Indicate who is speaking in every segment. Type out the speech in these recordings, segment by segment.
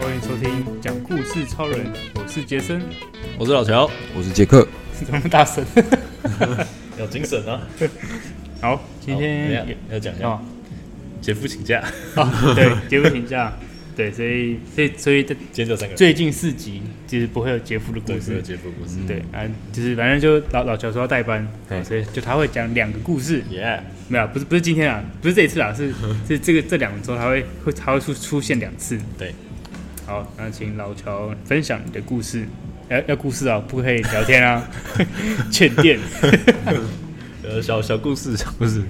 Speaker 1: 欢迎收听讲故事超人，我是杰森，
Speaker 2: 我是老乔，
Speaker 3: 我是杰克，
Speaker 1: 怎么那么大声？
Speaker 2: 有精神啊！
Speaker 1: 好，今天
Speaker 2: 好等一下要讲一
Speaker 1: 哦
Speaker 2: 下，姐夫请假，
Speaker 1: 啊，对，杰夫请假， 对，所以所以所以在
Speaker 2: 今天就三个人，
Speaker 1: 最近四集其实不会有杰夫的故
Speaker 2: 对，没有
Speaker 1: 事，
Speaker 2: 姐夫故事，
Speaker 1: 对啊，就是反正就老老乔说要代班，哦
Speaker 2: 对
Speaker 1: 所以就他会讲两个故事，
Speaker 2: 耶，
Speaker 1: 没有啊，不是不是今天啊，不是这一次啊，是是这个这两周他会会他会出出现两次。
Speaker 2: 对，
Speaker 1: 好，那请老乔分享你的故事，要要故事啊，不可以聊天啊， 欠电。
Speaker 2: 呃，小小故事，小故事。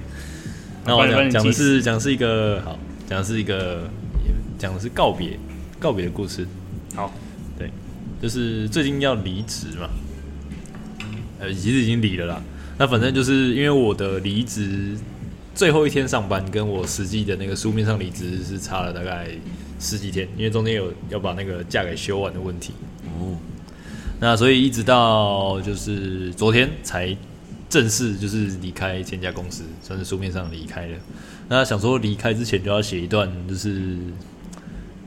Speaker 2: 那我
Speaker 1: 帮你帮
Speaker 2: 讲
Speaker 1: 你
Speaker 2: 讲的
Speaker 1: 计时
Speaker 2: 是讲的是一个好，讲的是一个也讲的是告别告别的故事，
Speaker 1: 好，
Speaker 2: 对，就是最近要离职嘛，呃，其实已经离了啦。那反正就是因为我的离职最后一天上班，跟我实际的那个书面上离职是差了大概十几天，因为中间有要把那个假给休完的问题。
Speaker 3: 哦，
Speaker 2: 那所以一直到就是昨天才正式就是离开前家公司，算是书面上离开了。那想说离开之前就要写一段就是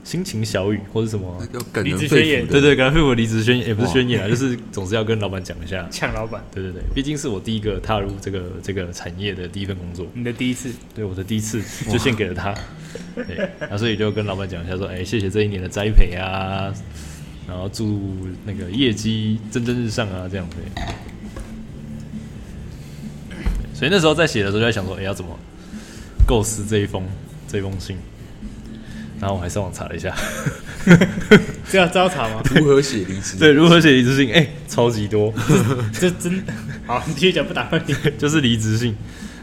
Speaker 2: 心情小语或者什么，
Speaker 3: 要感
Speaker 1: 理
Speaker 3: 人
Speaker 1: 智
Speaker 3: 肺
Speaker 1: 宣言
Speaker 3: 腑的，
Speaker 2: 对对，感谢我离职宣言，也不是
Speaker 3: 哇
Speaker 2: 宣言啊，就是总是要跟老板讲一下。
Speaker 1: 呛老板，
Speaker 2: 对对对，毕竟是我第一个踏入这个这个产业的第一份工作，
Speaker 1: 你的第一次，
Speaker 2: 对我的第一次就献给了他。对，那所以就跟老板讲一下说，哎、谢谢这一年的栽培啊，然后祝那个业绩蒸蒸日上啊，这样子。对所以那时候在写的时候就在想说，哎、要怎么构思这一封这封信。然后我还上网查了一下，
Speaker 1: 这要招查吗？
Speaker 3: 如何写离职？
Speaker 2: 对，如何写离职信？哎、超级多。
Speaker 1: 这真好， 你继续讲，不打断你。
Speaker 2: 就是离职信。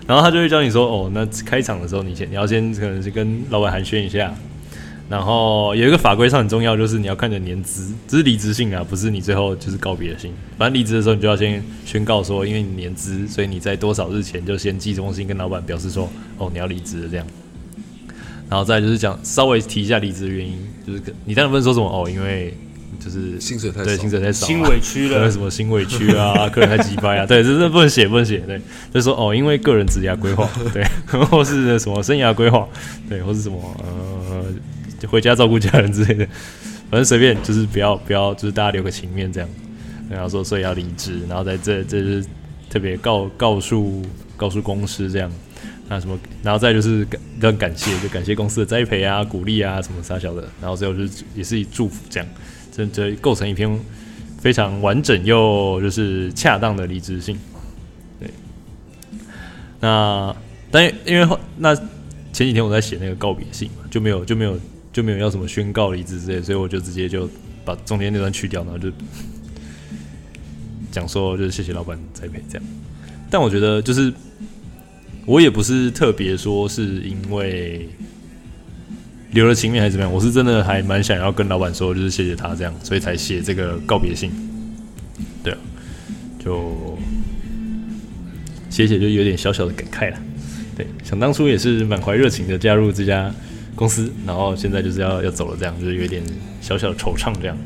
Speaker 2: 然后他就会教你说，哦，那开场的时候你先你要先可能是跟老板寒暄一下，然后有一个法规上很重要，就是你要看你的年资，这是离职信啊，不是你最后就是告别的信。反正离职的时候你就要先宣告说，因为你年资，所以你在多少日前就先寄封信跟老板表示说，哦，你要离职了这样。然后再来就是讲稍微提一下离职的原因，就是跟你当然不能说什么哦，因为就是
Speaker 3: 薪水太少
Speaker 2: 对薪水太少啊、
Speaker 1: 心委屈
Speaker 2: 可能
Speaker 1: 了
Speaker 2: 什，么新委屈啊，客人太鸡掰啊，对，这这不能写，不能写，对，就说哦，因为个人职涯规划，对， 或是什么生涯规划，对，或是什么呃，回家照顾家人之类的，反正随便，就是不要不要，就是大家留个情面这样，然后说所以要离职，然后在这这就是特别告告诉告诉公司这样。那什么，然后再就是感要感谢，就感谢公司的栽培啊、鼓励啊什么啥小的，然后最后就是也是以祝福这样，这这构成一篇非常完整又就是恰当的离职信。对，那但因为后那前几天我在写那个告别信嘛，就没有就没有就没有要什么宣告离职之类的，所以我就直接就把中间那段去掉，然后就讲说就是谢谢老板栽培这样。但我觉得就是我也不是特别说是因为留了情面还是怎么样，我是真的还蛮想要跟老板说，就是谢谢他这样，所以才写这个告别信。对啊，就写写就有点小小的感慨了。对，想当初也是满怀热情的加入这家公司，然后现在就是要要走了，这样就是有点小小的惆怅这样。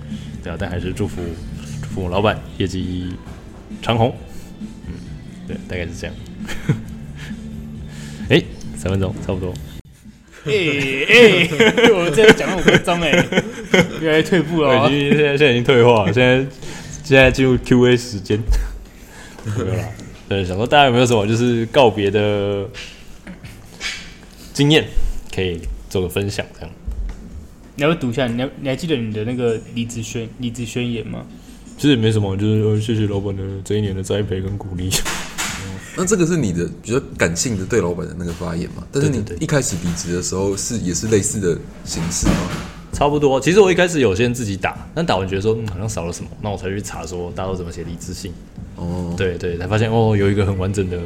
Speaker 2: 对啊，但还是祝福祝福我老板业绩长虹。嗯，对，大概是这样。 哎、三分钟差不多。
Speaker 1: 哎哎， 我这样讲了五分 钟哎，越来越退步了
Speaker 2: 我
Speaker 1: 哦。
Speaker 2: 已经现在现在已经退化了，现在现在进入 Q A 时间， 没有啦。对，想说大家有没有什么就是告别的经验，可以做个分享这样。
Speaker 1: 你要不要读一下？你要你还记得你的那个离职宣离职宣言吗？
Speaker 2: 其实也没什么，就是、呃、谢谢老板的这一年的栽培跟鼓励。
Speaker 3: 那这个是你的比较感性的对老板的那个发言嘛？但是你
Speaker 2: 对对对
Speaker 3: 一开始离职的时候是也是类似的形式吗？
Speaker 2: 差不多。其实我一开始有先自己打，但打完觉得说嗯好像少了什么，那我才去查说大家都怎么写离职信。
Speaker 3: 哦，
Speaker 2: 对对，才发现哦有一个很完整的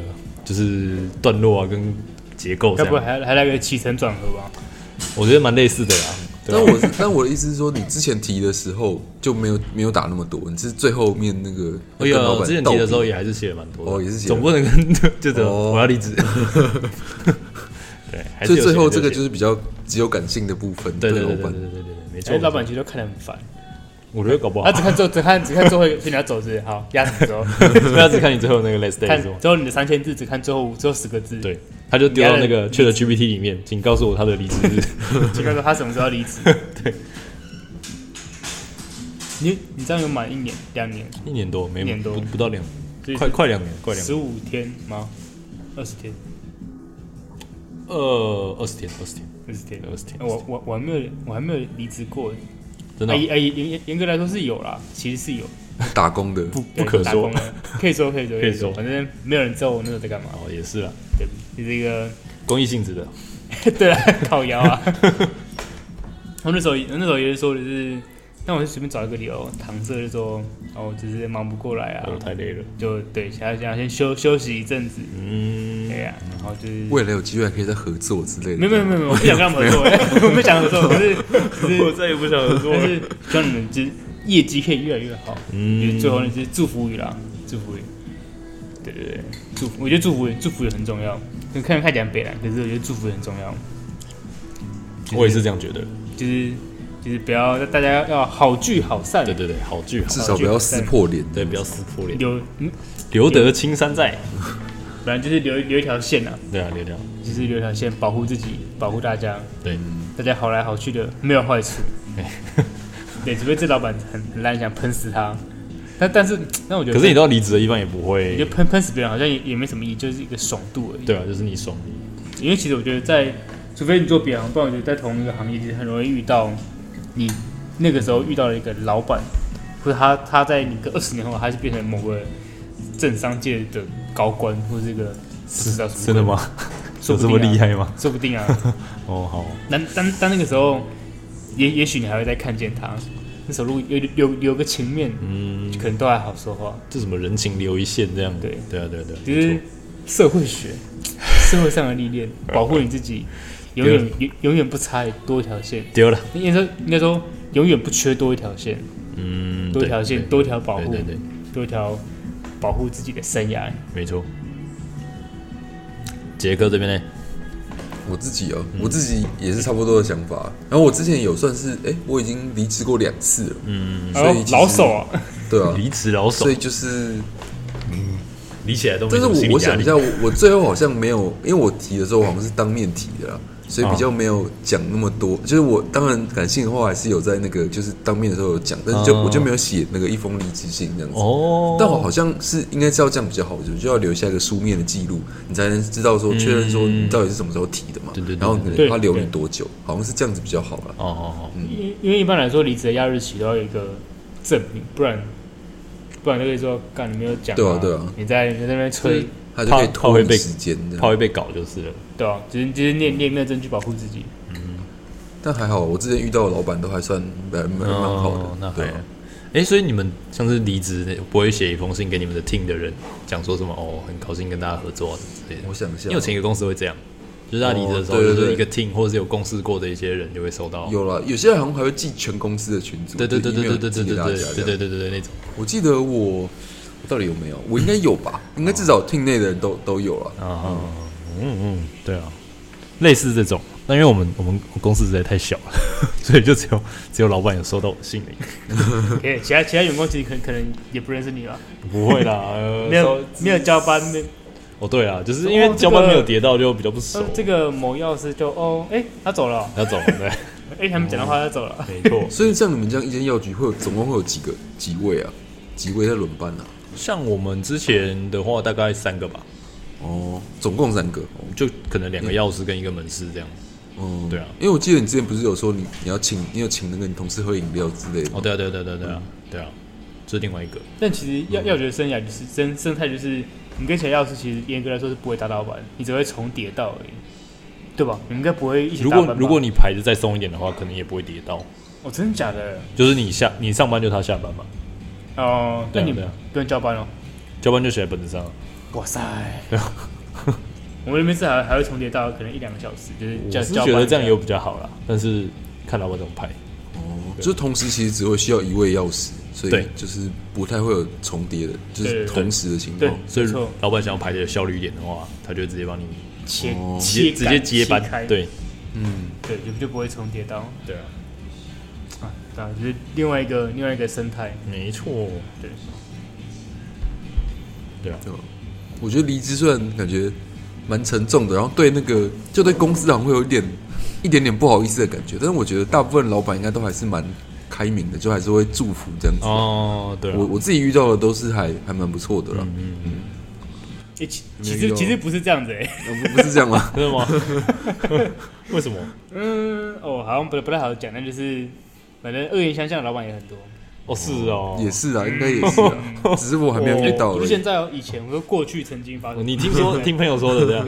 Speaker 2: 就是段落啊跟结构这
Speaker 1: 要不然
Speaker 2: 样，
Speaker 1: 还还来个起承转合吧？
Speaker 2: 我觉得蛮类似的啦。对啊
Speaker 3: 但我是但我的意思是说，你之前提的时候就没有没有打那么多，你是最后面那个
Speaker 2: 我
Speaker 3: 要跟老
Speaker 2: 有
Speaker 3: 板
Speaker 2: 哎之前
Speaker 3: 道
Speaker 2: 提的时候
Speaker 3: 别
Speaker 2: 也还是写了蛮多的，
Speaker 3: 哦也是写
Speaker 2: 总不能 跟就这
Speaker 3: 哦
Speaker 2: 我要离 职。对，还是
Speaker 3: 所
Speaker 2: 有写
Speaker 3: 以最后这个就是是比较只有感性的部分
Speaker 2: 对对
Speaker 3: 老
Speaker 2: 对对对
Speaker 3: 板
Speaker 2: 对对对，没
Speaker 1: 哎，啊
Speaker 2: 错。
Speaker 1: 老板其实都看得很烦。
Speaker 2: 我觉得搞不
Speaker 1: 他
Speaker 2: 好
Speaker 1: 只看最只看只看最后一个，你要走是好压死 之后，
Speaker 2: 不要只看你最后那个 last day
Speaker 1: 看
Speaker 2: 是吗？
Speaker 1: 最后你的三千字只看最后最后十个字，，
Speaker 2: 对，他就丢到那个 Chat GPT 里面，请告诉我他的离职 日。
Speaker 1: 奇怪说他什么时候要离职？
Speaker 2: 对，
Speaker 1: 你你这样有满一年两年，
Speaker 2: 一年多没
Speaker 1: 一年多
Speaker 2: 不不到两，
Speaker 1: 所以
Speaker 2: 快快两年，快两
Speaker 1: 十
Speaker 2: 年，
Speaker 1: 五天吗？二十天，
Speaker 2: 呃，二十天，二十天，
Speaker 1: 二十天，
Speaker 2: 20天
Speaker 1: 我我我还没有我还没有离职过，
Speaker 2: 真的
Speaker 1: 哎
Speaker 2: 哦、
Speaker 1: 哎严严严格来说是有啦，其实是有，
Speaker 3: 打工的，
Speaker 2: 不可
Speaker 1: 对打
Speaker 2: 说
Speaker 1: 工 的，可以说可以说
Speaker 2: 可以说
Speaker 1: 反正没有人知道我那时候在干嘛。
Speaker 2: 哦，也是啊，
Speaker 1: 对，你这个
Speaker 2: 公益性质的，
Speaker 1: 对啊，烤窑 啊。我那时候，那时候也是说的是，那我就随便找一个理由搪塞，就说哦，就是忙不过来啊，
Speaker 2: 我太累了，
Speaker 1: 就对，想要想要先休休息一阵子，
Speaker 2: 嗯
Speaker 1: 对，哎呀、然后就是
Speaker 3: 未来有机会还可以再合作之类的。
Speaker 1: 没有没有没有，我不想跟他们合作，我没想合 作，我是只是
Speaker 2: 再也不想合
Speaker 1: 但是希望你们就是业绩可以越来越好，
Speaker 2: 嗯
Speaker 1: 就是最后呢就是祝福语啦，祝福语，对对对，祝福，我觉得祝福语祝福也很重要，就看看起来很北兰，可是我觉得祝福也很重要。
Speaker 2: 我也是这样觉得，
Speaker 1: 就是就是不要大家要好聚好散，
Speaker 2: 对对对，好聚好，
Speaker 3: 至少不要撕破脸。
Speaker 2: 对，不要撕破脸，
Speaker 1: 留嗯，
Speaker 2: 留得青山在，
Speaker 1: 本来就是留留一条线啊，
Speaker 2: 对啊，留掉，
Speaker 1: 就是留一条线保护自己，保护大家，
Speaker 2: 对，
Speaker 1: 大家好来好去的没有坏处。对，除非这老板很很烂，想喷死他。但但是，但我觉得，
Speaker 2: 可是你到离职了，一般也不会
Speaker 1: 我觉，得喷喷死别人好像也也没什么意义，就是一个爽度而已。
Speaker 2: 对啊，就是你爽，
Speaker 1: 因为其实我觉得在，除非你做别行，不然我觉得在同一个行业，其实很容易遇到你那个时候遇到了一个老板，或者他他在你个二十年后，他是变成某个政商界的高官，或是一个不知道什么
Speaker 2: 真的 吗？
Speaker 1: 说
Speaker 2: 有
Speaker 1: 不
Speaker 2: 这
Speaker 1: 定啊
Speaker 2: 么厉害吗？
Speaker 1: 说不定啊。
Speaker 2: 哦，好，
Speaker 1: 但但但那个时候，也也许你还会再看见他。那时候如果有有有个情面，
Speaker 2: 嗯，
Speaker 1: 可能都还好说话。
Speaker 2: 这什么人情留一线这样，
Speaker 1: 对
Speaker 2: 对啊，对啊，对啊，
Speaker 1: 其实
Speaker 2: 没错
Speaker 1: 社会学，社会上的历练，保护你自己，永远永永远不差多一条线。
Speaker 2: 丢了，
Speaker 1: 应该说，应该说，永远不缺多一条线，
Speaker 2: 嗯，
Speaker 1: 多一
Speaker 2: 对
Speaker 1: 条线，
Speaker 2: 对
Speaker 1: 多一条保护，
Speaker 2: 对对对，
Speaker 1: 多一条保护自己的生涯。
Speaker 2: 没错。杰哥这边呢，
Speaker 3: 我自己
Speaker 2: 嗯
Speaker 3: 哦，我自己也是差不多的想法。然后我之前有算是，哎，我已经离职过两次了，
Speaker 2: 嗯，
Speaker 3: 所以
Speaker 1: 哦
Speaker 3: 其实
Speaker 1: 老手啊，
Speaker 3: 对啊，
Speaker 2: 离职老手
Speaker 3: 所以，就是
Speaker 2: 离起来都没
Speaker 3: 但
Speaker 2: 什
Speaker 3: 是
Speaker 2: 么心
Speaker 3: 我
Speaker 2: 理压
Speaker 3: 我想
Speaker 2: 力
Speaker 3: 一。下，我我最后好像没有，因为我提的时候我好像是当面提的啦，
Speaker 2: 啊
Speaker 3: 所以比较没有讲那么多。就是我当然感性的话还是有在那个就是当面的时候有讲，但是就、
Speaker 2: 哦
Speaker 3: 我就没有写那个一封离职信这样子。
Speaker 2: 哦，
Speaker 3: 但我好像是应该知道这样比较好，就就要留下一个书面的记录，你才能知道说确认说你到底是什么时候提的
Speaker 2: 嗯
Speaker 3: 嘛。
Speaker 2: 对对对
Speaker 3: 然后可
Speaker 1: 对
Speaker 3: 能他留你
Speaker 1: 对
Speaker 3: 多久，好像是这样子比较好啦。
Speaker 2: 哦哦哦，
Speaker 1: 因因为一般来说，离职的压日期都要有一个证明，不然不然就可以说，干你没有讲、
Speaker 3: 对啊对啊
Speaker 1: 你在你在那边吹，
Speaker 3: 他就可
Speaker 2: 怕怕
Speaker 3: 以拖
Speaker 2: 会
Speaker 3: 你
Speaker 2: 被
Speaker 3: 时间这
Speaker 2: 怕
Speaker 3: 样。
Speaker 2: 会被搞就是了。
Speaker 1: 对啊，只是只是你也你也没有证据保护自 己，
Speaker 3: 但还好，我之前遇到的老板都还算蛮蛮蛮好的
Speaker 2: 哦，，那
Speaker 3: 对
Speaker 2: 还
Speaker 3: 啊。
Speaker 2: 哎，所以你们像是离职不会写一封信给你们的 team 的人，讲说什么哦，很高兴跟大家合作啊之类的
Speaker 3: 我。想一下
Speaker 2: 因为，前一个公司会这样，就是他离职的时候，
Speaker 3: 哦对对
Speaker 2: 就是
Speaker 3: 对
Speaker 2: 一个 team 或者是有共事过的一些人就会收到。
Speaker 3: 有啦，有些人好像还会寄全公司的群组，
Speaker 2: 对对对
Speaker 3: 就
Speaker 2: 对
Speaker 3: email
Speaker 2: 对对
Speaker 3: 寄
Speaker 2: 对
Speaker 3: 给
Speaker 2: 对
Speaker 3: 大家
Speaker 2: 对
Speaker 3: 这样
Speaker 2: 对对对对对那种。
Speaker 3: 我记得我我到底有没有？我应该有
Speaker 2: 哦
Speaker 3: 吧，应该至少 team 内的人都都有了。
Speaker 2: 啊，嗯嗯，对啊，类似这种。那因为我们我们公司实在太小了，所以就只有只有老板有收到我信而已。
Speaker 1: 可以其他其他员工其实可能可能也不认识你吧，
Speaker 2: 不会啦，呃
Speaker 1: 没有没有交班，没有
Speaker 2: 哦，对啊，就是因为交班没有叠到，就比较不熟
Speaker 1: 呃。这个某药师就哦，哎、他走了哦，
Speaker 2: 要走了，对，
Speaker 1: 哎、他们讲的话他走了，
Speaker 2: 没错。
Speaker 3: 所以像你们这样一间药局会有总共会有几个几位啊？几位在轮班啊？
Speaker 2: 像我们之前的话，大概三个吧，
Speaker 3: 哦，总共三个。
Speaker 2: 就可能两个药师跟一个门市这样。
Speaker 3: 嗯，
Speaker 2: 对啊
Speaker 3: 因为我记得你之前不是有说你你要请你有请那个你同事喝饮料之类的吗
Speaker 2: 哦，对啊，对啊，对啊，对啊对啊，对啊，这是另外一个。
Speaker 1: 但其实药药学生涯就是生生态，就是你跟其他药师其实严格来说是不会打到班，你只会重叠到而已，对吧？你们应该不会一起
Speaker 2: 如
Speaker 1: 打班
Speaker 2: 果
Speaker 1: 吧
Speaker 2: 如果你排的再松一点的话，可能也不会叠到。
Speaker 1: 哦，真的假的？
Speaker 2: 就是你下你上班就他下班嘛，
Speaker 1: 哦，那
Speaker 2: 对啊
Speaker 1: 你
Speaker 2: 对
Speaker 1: 们
Speaker 2: 啊
Speaker 1: 不用交班哦。
Speaker 2: 交班就写在本子上啊。
Speaker 1: 哇 塞！我们那边是还还会重叠到可能一两个小时，就是交
Speaker 2: 我是
Speaker 1: 交
Speaker 2: 觉
Speaker 1: 班
Speaker 2: 得这样有比较好啦，但是看老板怎么排。
Speaker 3: 哦，就是同时其实只会需要一位药师，所
Speaker 2: 啊对
Speaker 3: 以就是不太会有重叠的，
Speaker 1: 对
Speaker 3: 就
Speaker 1: 对
Speaker 3: 是
Speaker 1: 对
Speaker 3: 同时的情
Speaker 1: 对
Speaker 3: 况。
Speaker 2: 所以
Speaker 1: 没错
Speaker 2: 老板想要排的有效率一点的话，他就直接帮你
Speaker 1: 切
Speaker 3: 哦
Speaker 2: 直接
Speaker 1: 切
Speaker 2: 直
Speaker 1: 开
Speaker 2: 接接班
Speaker 1: 切开。
Speaker 2: 对
Speaker 3: 嗯，
Speaker 1: 对，就就不会重叠到。
Speaker 2: 对啊，
Speaker 1: 啊对啊，就是另外一个另外一个生态，
Speaker 2: 没错，
Speaker 1: 对，
Speaker 2: 对啊，
Speaker 3: 对吧我觉得离职虽然感觉蛮沉重的，然后对那个就对公司好像会有一点一点点不好意思的感觉，但是我觉得大部分老板应该都还是蛮开明的，就还是会祝福这样子。
Speaker 2: 哦，对啊，
Speaker 3: 我我自己遇到的都是还还蛮不错的啦，
Speaker 2: 嗯嗯，
Speaker 1: 诶其
Speaker 3: 没
Speaker 1: 其
Speaker 3: 有
Speaker 1: 实
Speaker 3: 用
Speaker 1: 其实不是这样子欸诶、
Speaker 3: 呃不不是这样吗？
Speaker 2: 真的吗？为什么？
Speaker 1: 嗯，哦，好像不不太好讲，但就是反正恶言相向的老板也很多，
Speaker 2: 哦，是哦，
Speaker 3: 也是啊，应该也是 啊，只是我还没有遇到
Speaker 1: 不
Speaker 3: 而
Speaker 1: 是
Speaker 3: 已。
Speaker 1: 现在哦，以前我说过去曾经发
Speaker 2: 哦
Speaker 1: 生，
Speaker 2: 你听说听朋友说的 这样，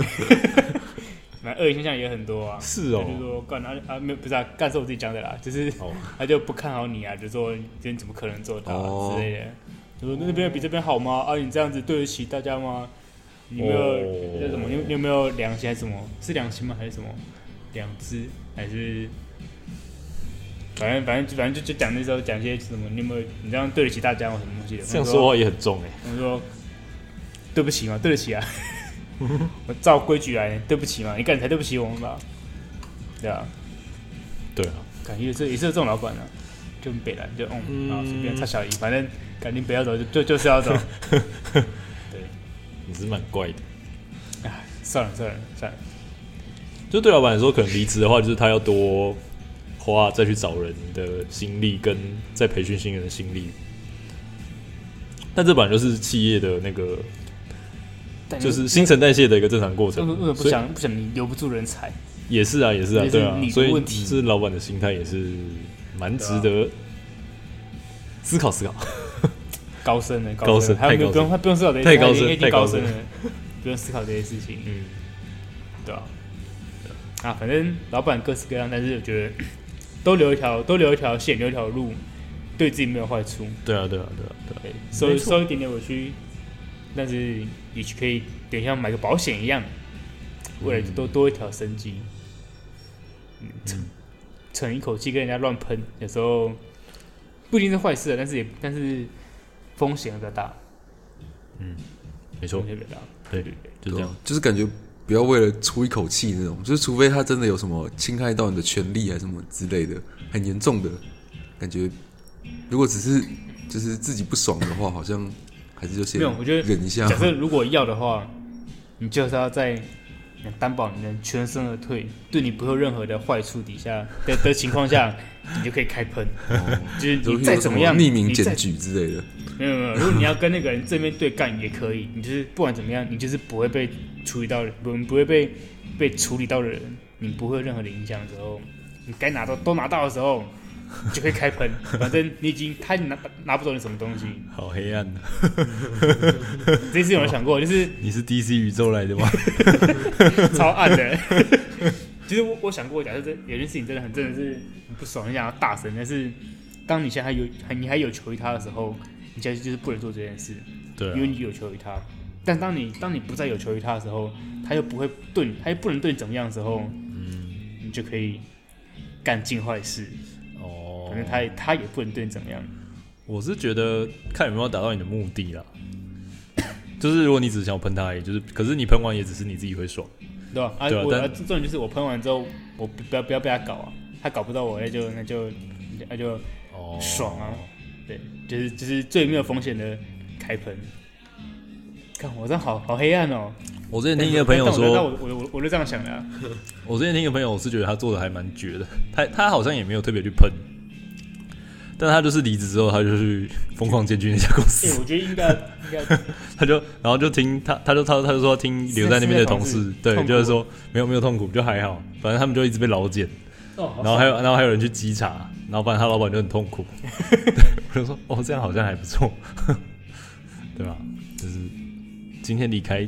Speaker 1: 反正恶言相向也很多啊，
Speaker 2: 是哦
Speaker 1: 就是说干啊啊没有不是啊，干是我自己讲的啦，就是
Speaker 2: 哦，
Speaker 1: 他就不看好你啊，就说你怎么可能做到、
Speaker 3: 哦
Speaker 1: 啊、之类的，就说那边比这边好吗？啊，你这样子对得起大家吗？你有没
Speaker 2: 哦
Speaker 1: 有叫什么？你有你有没有良心还是什么？是良心吗？还是什么？良知还是？反正反正反正就就讲那时候讲一些什么，你有没有你这样对得起大家吗？什么东西的？
Speaker 2: 这样
Speaker 1: 我
Speaker 2: 说话也很重哎、
Speaker 1: 我说对不起嘛，对得起啊， 我照规矩来，对不起嘛，你干才对不起我们吧？对啊，
Speaker 2: 对啊，
Speaker 1: 感觉这也是有这种老板啊，就很北蓝，就嗯，啊随便插小姨，反正肯定不要走，就就就是要走。对，
Speaker 2: 你是蛮怪的。
Speaker 1: 哎，算了算了算了，
Speaker 2: 就对老板来说，可能离职的话，就是他要多花再去找人的心力，跟再培训新人的心力。但这本来就是企业的那个，
Speaker 1: 嗯但
Speaker 2: 就是新陈代谢的一个正常过
Speaker 1: 为什
Speaker 2: 程
Speaker 1: 么为什么。嗯不
Speaker 2: 所以
Speaker 1: 想不想你留不住人才？
Speaker 2: 也是啊，也是啊
Speaker 1: 也，是
Speaker 2: 对啊
Speaker 1: 你，的
Speaker 2: 所以
Speaker 1: 问题啊
Speaker 2: 这老板的心态也是蛮值得思 考思考。
Speaker 1: 高深的
Speaker 2: 高
Speaker 1: 深
Speaker 2: 深
Speaker 1: 的，还有
Speaker 2: 太
Speaker 1: 没有
Speaker 2: 高
Speaker 1: 不用不用
Speaker 2: 深
Speaker 1: 思考这些，
Speaker 2: 太高
Speaker 1: 他已
Speaker 2: 深
Speaker 1: 经已经
Speaker 2: 太
Speaker 1: 高
Speaker 2: 高
Speaker 1: 深了
Speaker 2: 深，
Speaker 1: 不用思考这些事情。
Speaker 2: 嗯，
Speaker 1: 对啊，啊，反正老板各式各样，但是我觉得都留一条，都留一条线，留一条路，对自己没有坏处，
Speaker 2: 对啊，对啊，对啊，对啊。
Speaker 1: 对，受
Speaker 2: 没错
Speaker 1: 受一点点委屈，但是也许可以等一下买个保险一样，为
Speaker 2: 嗯
Speaker 1: 了多多一条生机，嗯，逞逞一口气跟人家乱喷，有时候不一定是坏事啊，但是也但是风险比较大，
Speaker 2: 没错
Speaker 1: 风，险比较大，
Speaker 2: 对，就这
Speaker 3: 对啊
Speaker 2: 样。，
Speaker 3: 就是感觉不要为了出一口气那种，就是除非他真的有什么侵害到你的权利还是什么之类的，很严重的感觉。如果只是就是自己不爽的话，好像还是就先
Speaker 1: 没有我觉得
Speaker 3: 忍一下
Speaker 1: 假。设如果要的话，你就是要在担保你能全身而退，对你不会有任何的坏处底下的 的情况下，你就可以开喷。就是
Speaker 3: 就
Speaker 1: 你
Speaker 3: 是
Speaker 1: 再
Speaker 3: 哦有什
Speaker 1: 怎么样，
Speaker 3: 匿名
Speaker 1: 你再
Speaker 3: 检举之类的，
Speaker 1: 没有没有，如果你要跟那个人正面对干也可以，你就是不管怎么样，你就是不会被处理到的，不不会被被处理到的人，你不会有任何的影响之后，你该拿到都拿到的时候，你就会开喷，反正你已经他拿拿不走你什么东西。
Speaker 2: 好黑暗啊，
Speaker 1: 这次有人想过，就是
Speaker 2: 你是 DC 宇宙来的吗？
Speaker 1: 超暗的。其实我我想过，假设这有件事情真的很真的是很不爽，很想要大声，但是当你现在还有还你还有求于他的时候，你现在就是不能做这件事，
Speaker 2: 对
Speaker 1: 因为
Speaker 2: 啊，
Speaker 1: 你有求于他。但当你当你不再有求于他的时候，他又不会对你，他又不能对你怎么样的时候，
Speaker 2: 嗯
Speaker 1: 你就可以干尽坏事。
Speaker 2: 哦
Speaker 1: 反正他也他也不能对你怎么样。
Speaker 2: 我是觉得看有没有达到你的目的啦。 就是如果你只是想要喷他而已，就是可是你喷完也只是你自己会爽。
Speaker 1: 对吧？啊，
Speaker 2: 对啊
Speaker 1: 我
Speaker 2: 但
Speaker 1: 啊重点就是我喷完之后，我不不要不要被他搞啊，他搞不到我，那就那就那就
Speaker 2: 哦
Speaker 1: 爽啊！对，就是就是最没有风险的开喷。看我这样好好黑暗哦。
Speaker 2: 我之前听一个朋友
Speaker 1: 但
Speaker 2: 说，
Speaker 1: 我但我我我就这样想的、啊，
Speaker 2: 我之前听一个朋友，我是觉得他做的还蛮绝的。他他好像也没有特别去喷，但他就是离职之后，他就去疯狂监军那家公
Speaker 1: 哎、
Speaker 2: 司，
Speaker 1: 我觉得应该应 该
Speaker 2: 他就然后就听他他就他他就说听留在那边的同
Speaker 1: 是
Speaker 2: 事
Speaker 1: 是，
Speaker 2: 对
Speaker 1: 痛，苦
Speaker 2: 就是说没有没有痛苦，就还好，反正他们就一直被劳检，
Speaker 1: 哦，好
Speaker 2: 然后还有然后还有人去稽查，然后不然他老板就很痛 苦。对我就说哦，这样好像还不错， 对吧？就是今天离开，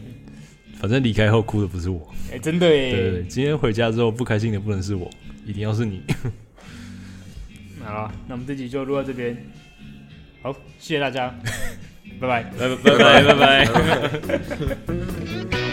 Speaker 2: 反正离开后哭的不是我。
Speaker 1: 哎、真的耶。
Speaker 2: 对对对，今天回家之后不开心的不能是我，一定要是你。
Speaker 1: 好啊，那我们这集就录到这边。好， 谢谢大家，拜拜。
Speaker 2: 拜拜拜拜。
Speaker 3: 拜拜。